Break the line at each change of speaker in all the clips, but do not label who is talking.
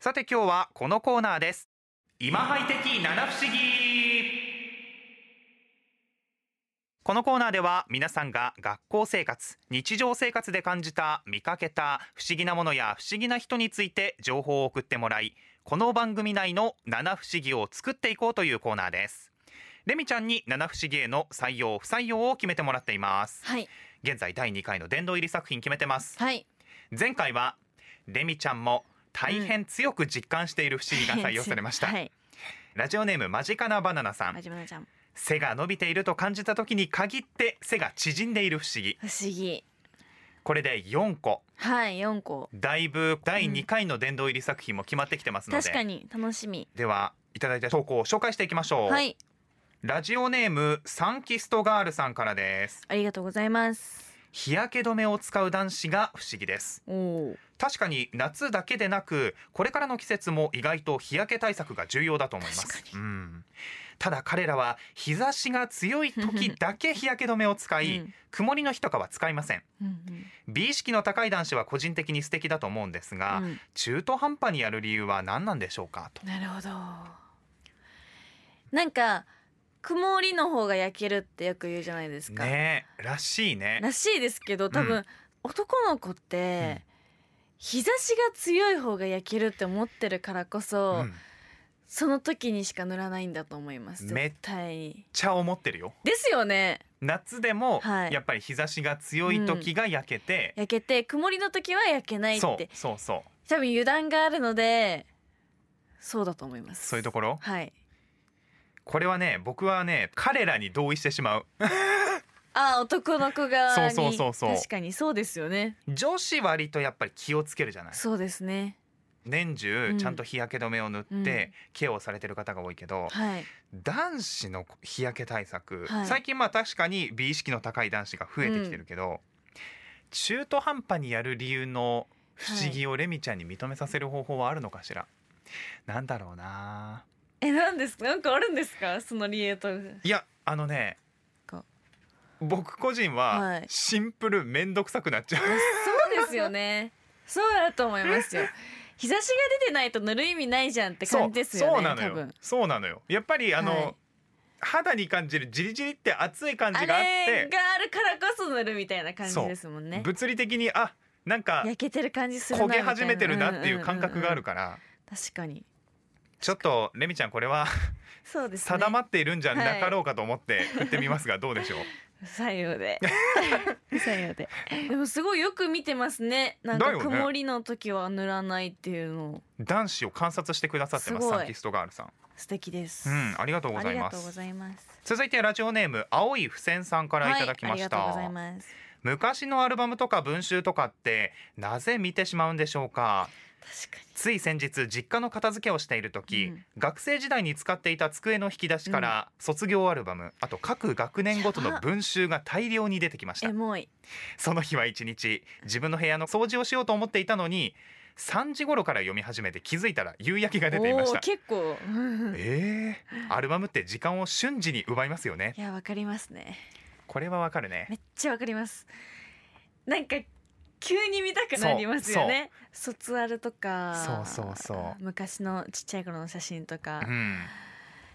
さて今日はこのコーナーです今ハイ的七不思議このコーナーでは皆さんが学校生活日常生活で感じた見かけた不思議なものや不思議な人について情報を送ってもらいこの番組内の七不思議を作っていこうというコーナーですレミちゃんに七不思議への採用不採用を決めてもらっています
はい
現在第2回の殿堂入り作品決めてます
はい
前回はレミちゃんも大変強く実感している不思議が採用されました、
はい
ラジオネームマジカナバナナさん
真面目なちゃん
背が伸びていると感じた時に限って背が縮んでいる不思議
不思議
これで4個
はい四個
だいぶ第2回の殿堂入り作品も決まってきてますので、
確かに楽しみ
ではいただいた投稿を紹介していきましょう、
はい
ラジオネームサンキストガールさんからです
ありがとうございます
日焼け止めを使う男子が不思議です
おお
確かに夏だけでなくこれからの季節も意外と日焼け対策が重要だと思います
確かに
うん、ただ彼らは日差しが強い時だけ日焼け止めを使い、
うん
曇りの日とかは使いません
うんうん
美意識の高い男子は個人的に素敵だと思うんですが、
うん
中途半端にやる理由は何なんでしょうかと
なるほどなんか曇りの方が焼けるってよく言うじゃないですか、
ねえらしいね
らしいですけど多分、
う
男の子って、日差しが強い方が焼けるって思ってるからこ
う
そ、
ん、めっ
その時にしか塗らないんだと思います
め
絶対に
ちゃ思ってるよ
ですよね
夏でも
はい
やっぱり日差しが強い時が焼けて、
焼けて曇りの時は焼けないっ
そう
て
そうそう
多分油断があるのでそうだと思います
そういうところ
はい
これはね僕はね彼らに同意してしまう
あ男の子側に
そうそうそうそう
確かにそうですよね
女子割とやっぱり気をつけるじゃない
そうですね
年
う
中
ん
ちゃんと日焼け止めを塗っ
うん
てケアをされてる方が多いけど、
はい
男子の日焼け対策、
はい
最近まあ確かに美意識の高い男子が増えてきてるけど、中途半端にやる理由の不思議をレミちゃんに認めさせる方法はあるのかしら、なんだろうな
えなんですかなんかあるんですかそのリエと
いやあのね
か
僕個人
は
はいシンプル面倒くさくなっちゃう、
そうですよねそうだと思いますよ日差しが出てないと塗る意味ないじゃんって
そ
感
う
じです
そ
よ
う
ね
なの
多
よ
分
そうなのよやっぱりあの、
はい
肌に感じるジリジリって熱い感じ
あれ
があっ
があるからこそ塗るみたいな感じですもん
て
ね
物理的にあなんか
焼けてる感じするな
焦
みた
げ
いな
始めてるなっていう感覚があるか
か
ら
ら確かに
ちょっとレミちゃんこれは
そうですね
定まっているんじゃなかろうかと思って振ってみますがどうでしょう
不採用 で不採用ででもすごいよく見てますねなん
だ
か
よね
曇りの時は塗らないっていうの
男子を観察してくださってます
すごい
サンキストガールさん
素敵です、
うんありがとうご
あ
ざ
り
い
が
ま
とうご
す
ざいます
続いてラジオネーム青い付箋さんからいただきました、
はい、ありがとうございます
昔のアルバムとか文集とかってなぜ見てしまうんでしょうか
確か
つい先日実家の片付けをしている時、
うん
学生時代に使っていた机の引き出しから卒業アルバム、あと各学年ごとの文集が大量に出てきまし
に
た
エモい
その日は一日自分の部屋の掃除をしようと思っていたのに3時頃から読み始めて気づいたら夕焼けが出ていまし
お
た
ー結構
えー、アルバムって時間を瞬時に奪いますよね
いやわかりますね
これはわかるね
めっちゃわかりますなんか急に見たくなりますよね卒アルとか
そうそうそう
昔のちっちゃい頃の写真とか、
うん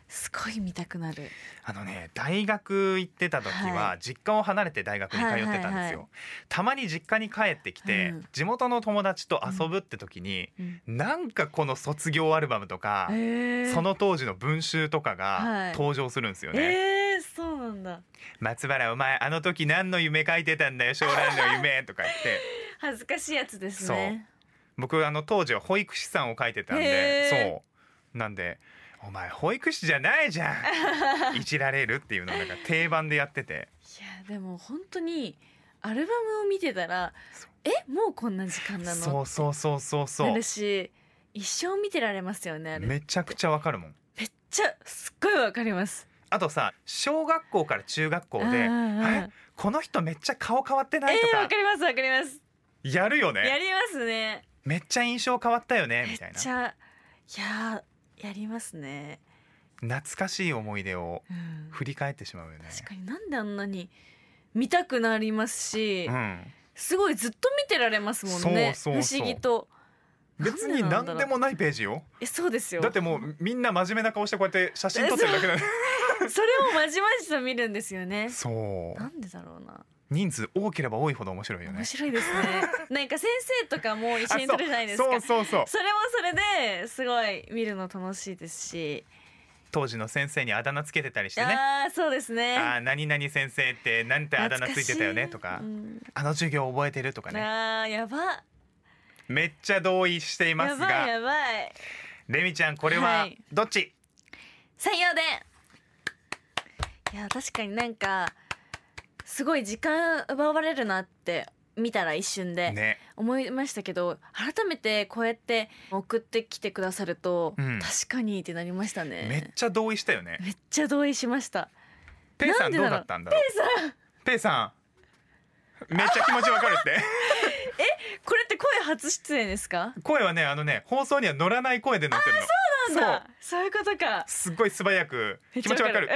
すごい見たくなる
あのね大学行ってた時
は
は実家を離れて大学に通ってたん
は
で
いは
す
いはい
よたまに実家に帰ってきて、
うん
地元の友達と遊ぶって時に、
うん
なんかこの卒業アルバムとか、
えー
その当時の文集とか
は
が
い
登場するんですよね、
えー、そうなんだ
松原お前あの時何の夢書いてたんだ よ将来の夢とか言って
恥ずかしいやつですね
僕あの当時は保育士さんを書いてたんで
へー
そうなんでお前保育士じゃないじゃん いじられるっていうのをなんか定番でやってて
いやでも本当にアルバムを見てたら
そう
えもうこんな時間な
そ
の
うそうそうそうそ
な
う
るし一生見てられますよねあれめっ
めちゃくちゃわかるもん
ちゃすっごいわかります
あとさ小学校から中学校
あ
で
ーあー
えこの人めっちゃ顔変わって
え
ないと
ー
か
わかりますわかります
やるよ
や
ね
りますね
めっちゃ印象変わったよね
め
み
った
いな
ちゃいやーやりますね
懐かしい思い出を
うん
振り返ってしまうよね
確かになんであんなに見たくなりますし、
うん
すごいずっと見てられますもんね
そうそうそう
不思議と
別に
な
何
んでなんだろう
でもないページよ
えそうですよ
だってもうみんな真面目な顔してこうやって写真撮ってるだけだよね
それをまじまじと見るんですよね
そう
なんでだろうな
人数多ければ多いほど面白いよね
面白いですね なんか先生とかも一緒に撮るじゃないですか
そうそうそう
それもそれですごい見るの楽しいですし、
当時の先生にあだ名つけてたりしてね
ああそうですね
あー何々先生ってなんてあだ名ついてたよねとか
懐しい
あの授業覚えてると
う
か
ん
ね
ああやば
めっちゃ同意していま
や
す
ばい
が
やばい
レミちゃんこれ
は
はいどっち、
採用でいや確かになんかすごい時間奪われるなって見たら一瞬で
ね
思いましたけど、改めてこうやって送ってきてくださると、
うん
確かにってなりましたね
めっちゃ同意したよね
めっちゃ同意しました
ペイさんどうだったんだろうペイさんめっちゃ気持ちわかるって
これって声初出演ですか
声はねあのね放送には乗らない声で乗ってるの
なんだそういうことか
すっごい素早く
めっ
気持ちわかる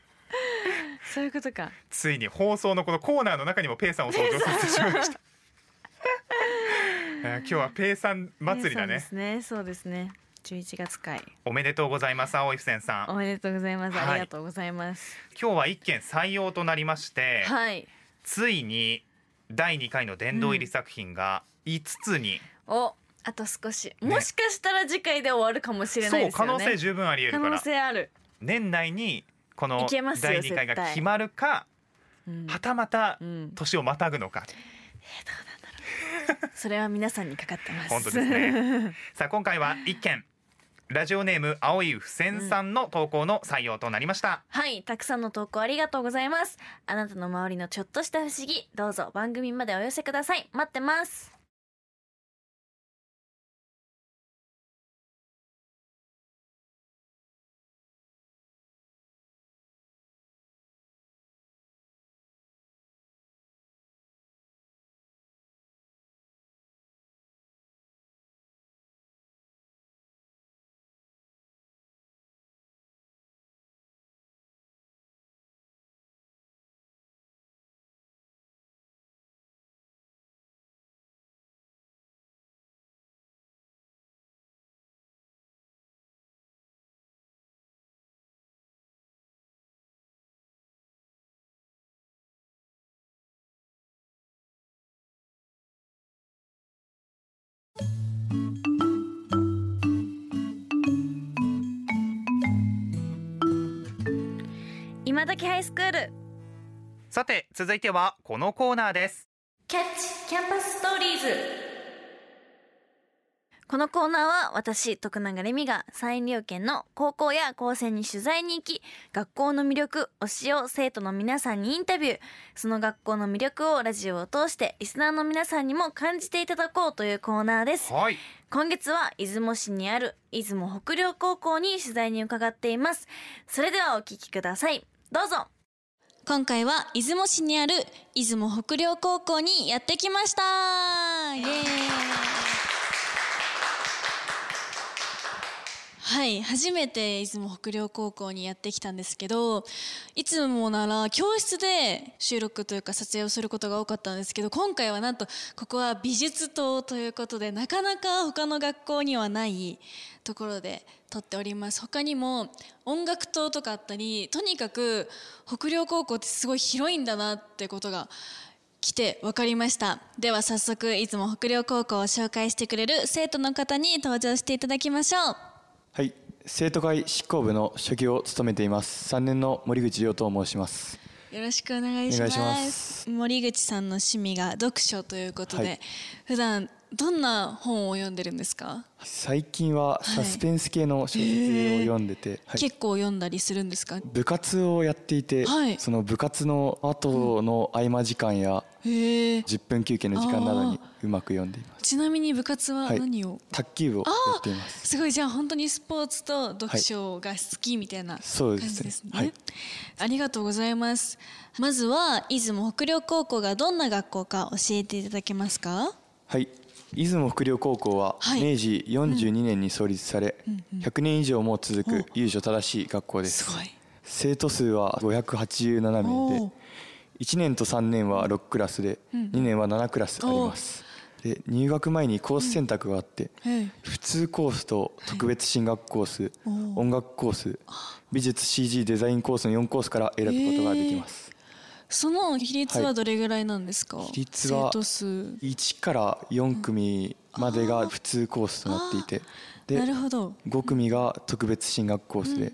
そういうことか
ついに放送のこのコーナーの中にもペイさんを登場させてしまいました えー今日はペイさん祭りだね
ねそうですねそうですね11月会
おめでとうございます青い付箋さん
おめでとうございます、
はい
ありがとうございます
今日は一件採用となりまして、
はい
ついに第2回の殿堂入り作品が5つに、
おあと少し
ね
もしかしたら次回で終わるかもしれない
そ
で
う
すよ
可
ね
能性十分ありえるか
可能
ら
性ある、
年内にこの
いけ
第
ますよ
2回が
絶対
決まるか
うん
はたまた
うん
年をまたぐのか、
それは皆さんにかかってます
本当ですねさあ今回は1件ラジオネーム青い付箋さんの投稿の採用となりました、
はい、たくさんの投稿ありがとうございます。あなたの周りのちょっとした不思議、どうぞ番組までお寄せください。待ってます。今時ハイスクール。
さて続いてはこのコーナーです
キャッチキャンパスストーリーズこのコーナーは私徳永レミが山陰両県の高校や高専に取材に行き学校の魅力推しを生徒の皆さんにインタビューその学校の魅力をラジオを通してリスナーの皆さんにも感じていただこうというコーナーです
はい
今月は出雲市にある出雲北陵高校に取材に伺っていますそれではお聞きくださいどうぞ今回は出雲市にある出雲北陵高校にやってきましたイエーイ
はい初めて出雲北陵高校にやってきたんですけどいつもなら教室で収録というか撮影をすることが多かったんですけど今回はなんとここは美術棟ということでなかなか他の学校にはないところで撮っております他にも音楽棟とかあったりとにかく北陵高校ってすごい広いんだなってことが来て分かりましたでは早速いつも北陵高校を紹介してくれる生徒の方に登場していただきましょう
はい、生徒会執行部の書記を務めています。3年の森口亮と申します。
よろしくお願いします
お願いします
森口さんの趣味が読書ということで、
はい
普段どんな本を読んでるんですか、
最近はいサスペンス系の小説を読んでて、はい
結構読んだりするんですか
部活をやっていて、
はい
その部活の後の合間時間や
へえ
10分休憩の時間などにうまく読んでいます。
ちなみに部活は
はい
何を、
卓球部をやっています。
すごいじゃあ本当にスポーツと読書が好きみたいな
そう
感
ですね
じですね。
はい
ありがとうございます。まずは出雲北陵高校がどんな学校か教えていただけますか。
はい、出雲北陵高校は
はい
明治42年に創立され、100年以上も続く由緒正しい学校です。
すごい。
生徒数は587名
お
で
ー
1年と3年は6クラスで2年は7クラスありますで入学前にコース選択があって、
はい
普通コースと特別進学コース、
お
音楽コース美術 CG デザインコースの4コースから選ぶことができます、
その比率はどれぐらいなんですか、
比率は
生徒数
1から4組までが普通コースとなっていて
な
で
るほど
5組が特別進学コースで、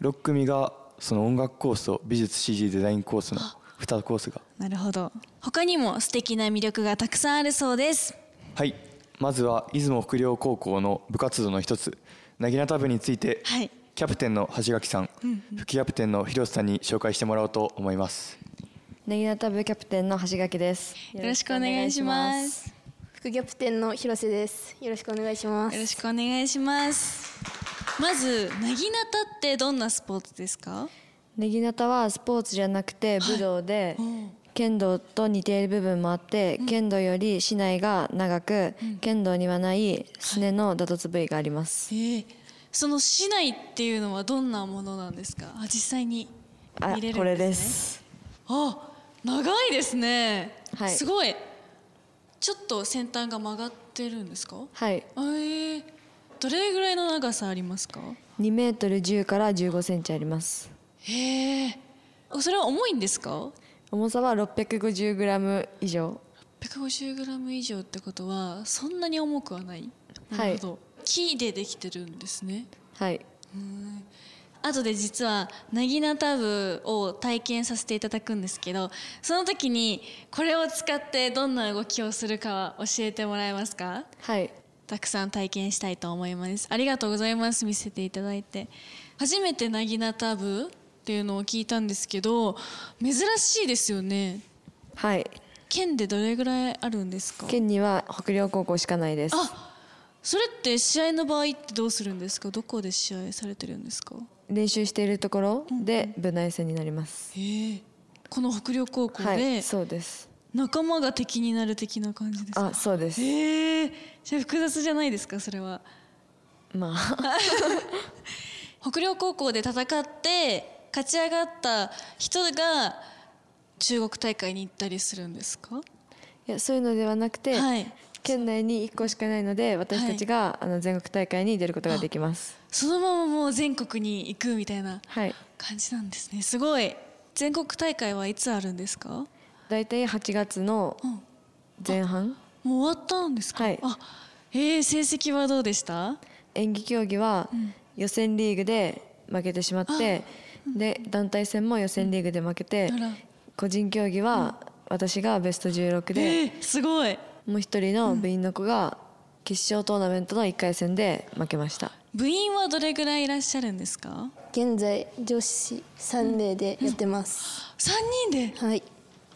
6組がその音楽コースと美術 CG デザインコースの2コースが
なるほど他にも素敵な魅力がたくさんあるそうです
はいまずは出雲北陵高校の部活動の一つなぎなた部について、
はい
キャプテンの橋垣さん、副キャプテンの広瀬さんに紹介してもらおうと思います
ネギナタブキャプテンの橋垣です。
よろしくお願いします
副キャプテンの広瀬です。よろしくお願いします。
よろしくお願いしますまずなぎなたってどんなスポーツですか
ネギナタはスポーツじゃなくて武道で、剣道と似ている部分もあって、剣道より竹刀が長く、剣道にはないすねの打突部位があります。
ええその市内っていうのはどんなものなんですかあ実際に
あ
見れるんです、ね、
これです。
あ長いですね、
はい
すごいちょっと先端が曲がってるんですか
はい、
えー、どれぐらいの長さありますか
2メートル10から15センチあります。
へえそれは重いんですか
重さは650グラム以上。
150g 以上ってことはそんなに重くはない
はい
なるほど木でできてるんですね
はい、
後で実はなぎなたぶを体験させていただくんですけどその時にこれを使ってどんな動きをするかは教えてもらえますか
はい、
たくさん体験したいと思いますありがとうございます見せていただいて初めてなぎなたぶっていうのを聞いたんですけど珍しいですよね
はい。
県でどれぐらいあるんですか
県には北陵高校しかないです。
あそれって試合の場合ってどうするんですかどこで試合されてるんですか
練習しているところで部内戦になります。
へえこの北陵高校で、
はい、そうです。
仲間が敵になる的な感じですか
あ、そうです。
へえじゃあ複雑じゃないですかそれは
まあ、
北陵高校で戦って勝ち上がった人が中国大会に行ったりするんですか
いやそういうのではなくて、
はい
県内に1校しかないので私たちが、あの全国大会に出ることができます。
そのままもう全国に行くみたいな
はい。
感じなんですねすごい全国大会はいつあるんですか、
だいたい8月の
うん、も
前半、
う終わったんですか、
はい
あへえ成績はどうでした
演技競技は予選リーグで負けてしまって、で団体戦も予選リーグで負けて、
あら
個人競技は私がベスト16
え
で、
えすごい
もう一人の部員の子が決勝トーナメントの1回戦で負けました。
部員はどれぐらいいらっしゃるんですか
現在女子3名でやってます。
3人で
はい。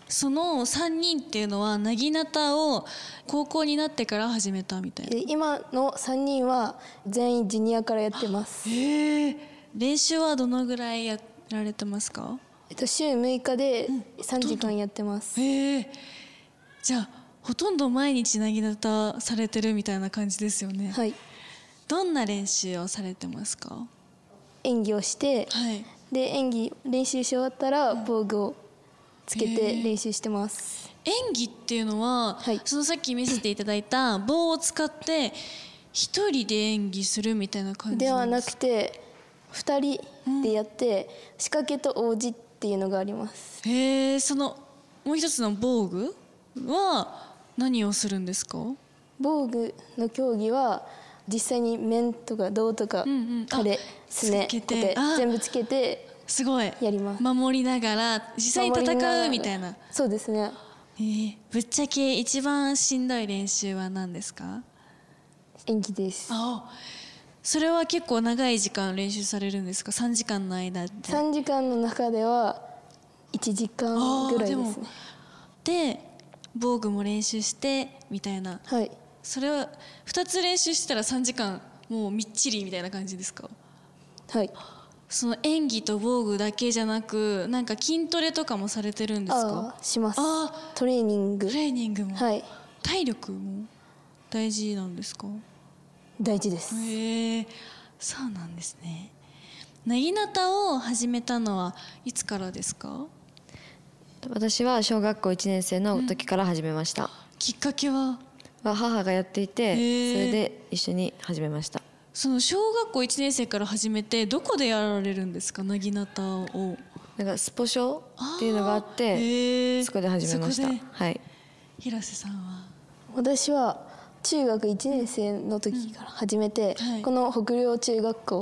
その3人っていうのはなぎなたを高校になってから始めたみたいな
で今の3人は全員ジュニアからやってます。
へえ練習はどのぐらいやられてますか
えっと週6日で3時間やってます。
へえじゃあほとんど毎日なぎなたされてるみたいな感じですよね、
はい。
どんな練習をされてますか
演技をして、
はい
で演技練習し終わったら防具をつけ
へ
て
え
練習してます。
演技っていうのは、
はい
そのさっき見せていただいた棒を使って一人で演技するみたいな感じ
では
ん
な
す
くて2人でやって仕掛けと応じっていうのがあります。
へえそのもう一つの防具は何をするんですか
防具の競技は実際に面とか胴とか
んうんあ
タレすね
つけて
コテ
あ
全部つけて
すごい
やります
守りながら実際に
守りが
戦
ら
うみたいな
そうですね
えーぶっちゃけ一番しんどい練習は何ですか
演技です
あそれは結構長い時間練習されるんですか3時間の間で
3時間の中では1時間ぐらいですね
で防具も練習してみたいな
はい
それは2つ練習してたら3時間もうみっちりみたいな感じですか
はい
その演技と防具だけじゃなくなんか筋トレとかもされてるんです
あ
か
あします
あ
トレーニング
トレーニングも、
はい
体力も大事なんですか
大事です
へえそうなんですねなぎなたを始めたのはいつからですか
私は小学校1年生の時から始めました、
きっかけは
は母がやっていてそ
ー
れで一緒に始めました
その小学校1年生から始めてどこでやられるんですかなぎなたを
なんかスポ少っていうのがあっ
あーへ
て
ー
そこで始めました
そこで
はい
平瀬さんは
私は中学1年生の時から始めて、
うんはい
この北陵中学校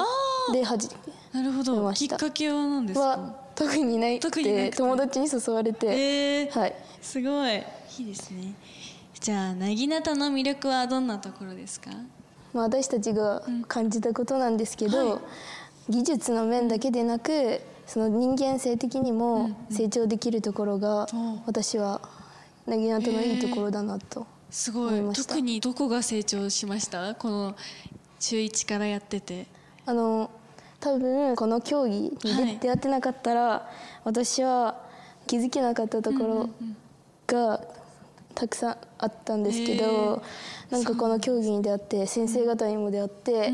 で始
なるほ
出
ど
ま
きっ
した
かけは何ですか
は特にないく
特になく
て
て
友達に誘われて、
えー
はい
すごいいいですねじゃあなぎなたの魅力はどんなところですか
まあ、私たちが感じたことなんですけど、
はい
技術の面だけでなくその人間性的にも成長できるところが、
うん
私はなぎなたのいいところだなと、
すご
思い
い
ました
特にどこが成長しましたこの中1からやってて
あの多分この競技に出,、
はい
出会ってなかったら私は気づけなかったところがたくさんあったんですけど、
へー
なんかこの競技に出会って先生方にも出会って、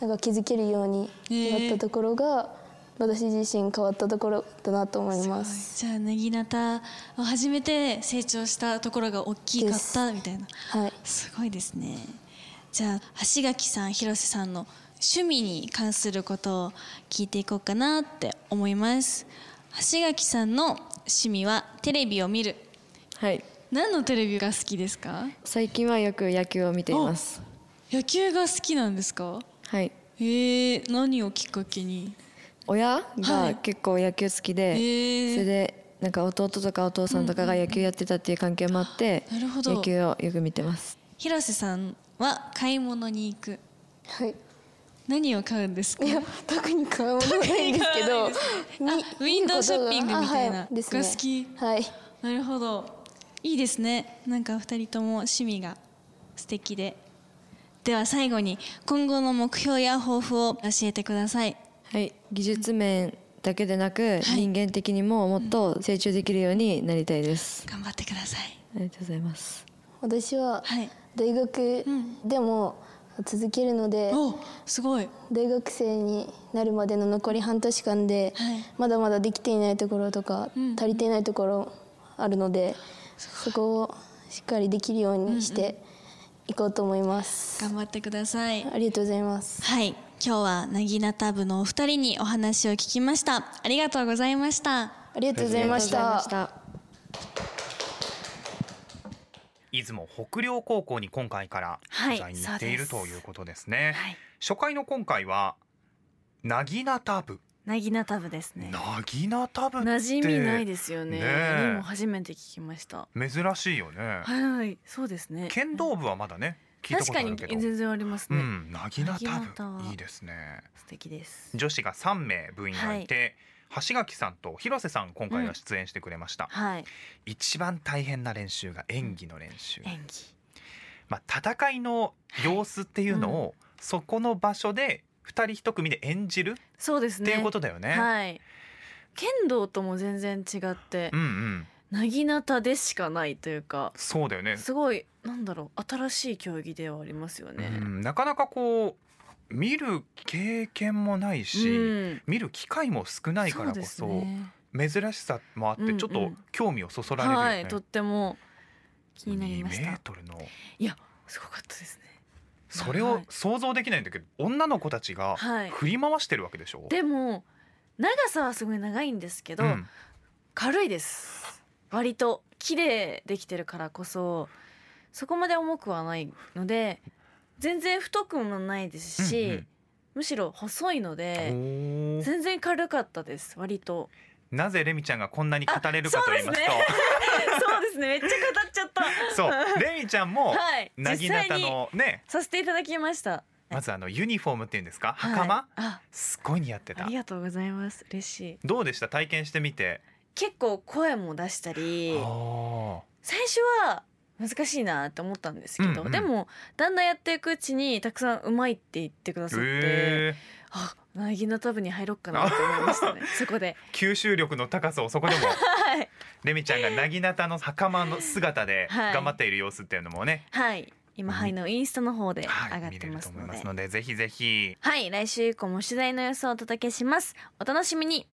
なんか気づけるようになったところが、私自身変わったところだなと思います。
じゃあなぎなたを始めて成長したところが大きかったみたいな
はい、
すごいですねじゃあ橋垣さん広瀬さんの趣味に関することを聞いていこうかなって思います橋垣さんの趣味はテレビを見る
はい
何のテレビが好きですか
最近はよく野球を見ています
野球が好きなんですか
はい
えー、何をきっかけに
親
は
が
い
結構野球好きで、
ー
それでなんか弟とかお父さんとかが野球やってたっていう関係もあって、
なるほど
野球をよく見てます
広瀬さんは買い物に行く
はい、
何を買うんですか
いや特に買うものはないんですけ
あ
ど、
ウィンドウショッピングみたい
あ
な
はですね
が好き
はい。
なるほどいいですねなんか二人とも趣味が素敵ででは最後に今後の目標や抱負を教えてください
はい技術面だけでなく、
はい
人間的にももっと成長できるようになりたいです、
頑張ってください
ありがとうございます
私は
はい
大学でも続けるので、
おすごい
大学生になるまでの残り半年間で、
はい
まだまだできていないところとか、足りていないところあるのでそこをしっかりできるようにしていこうと思います、
頑張ってください
ありがとうございます
はい今日はなぎなた部のお二人にお話を聞きましたありがとうございました
ありがとうございまし
ありがとうござい
た
ました
出雲北陵高校に今回から
はい
取材に行っている
そ
と
うです
いうことですね、
はい
初回の今回はなぎなた部
なぎなたぶですね
なぎなた部って
馴染みないですよね
ねえ
でも初めて聞きました
珍しいよね
はいそうですね
剣道部はまだね聞いたこ
確
と
か
あ
に
るけど
全然あります
う
ね、
ん、なぎなた
なぎなた
部
はい
いですね
素敵です
女子が3名部員がいて、橋垣さんと広瀬さん今回は出演してくれました、
はい
一番大変な練習が演技の練習、
演技
まあ、戦いの様子っていうのを、そこの場所で2人1組で演じるっ
そうですね
ていうことだよね。
はい剣道とも全然違って
うんうん、
なぎなたでしかないというか
そうだよね、
すごいなんだろう新しい競技ではありますよ
う
ね、
ん、なかなかこう見る経験もないし、
うん
見る機会も少ないからこそ
うですね
珍しさもあって、
うんうん
ちょっと興味をそそられるよね。
はいとっても気になりまし
2メー
た
トルの
すごかったですね
それ
は
を
い
想像できないんだけど女の子たちが
はい
振り回してるわけでしょ、
でも長さはすごい長いんですけど、
うん
軽いです割と綺麗できてるからこそそこまで重くはないので全然太くもないですし、
うん
むしろ細いの
うん
で
おー
全然軽かったです割 と
なぜレミちゃんがこんなに語れるかと言いますと
あそうですねめっちゃ語っちゃった
そうレミちゃんも
はい
なぎなた
実際に
のね
させていただきました
まずあのユニフォームっていうんですか袴、
はいあ
すごい似合って
あ
た
りがとうございます嬉しい
どうでした体験してみて、
結構声も出したり
あ
最初は難しいなって思ったんですけど、
うんうん
でもだんだんやっていくうちにたくさんうまいって言ってくださ
ー
って、
へ
あなぎなた部に入ろっかなって思い ましたねそこで
ー吸収力の高さをそこでも
はい
レミちゃんがなぎなたの袴の姿で
はい
頑張っている様子っていうのもね、
はい今ハイのインスタの方で
は
上
い
がっ
見
て
れる
ま
と
す
思い
の
ま
です
のでぜひぜひ
はい来週以降も取材の様子をお届けしますお楽しみに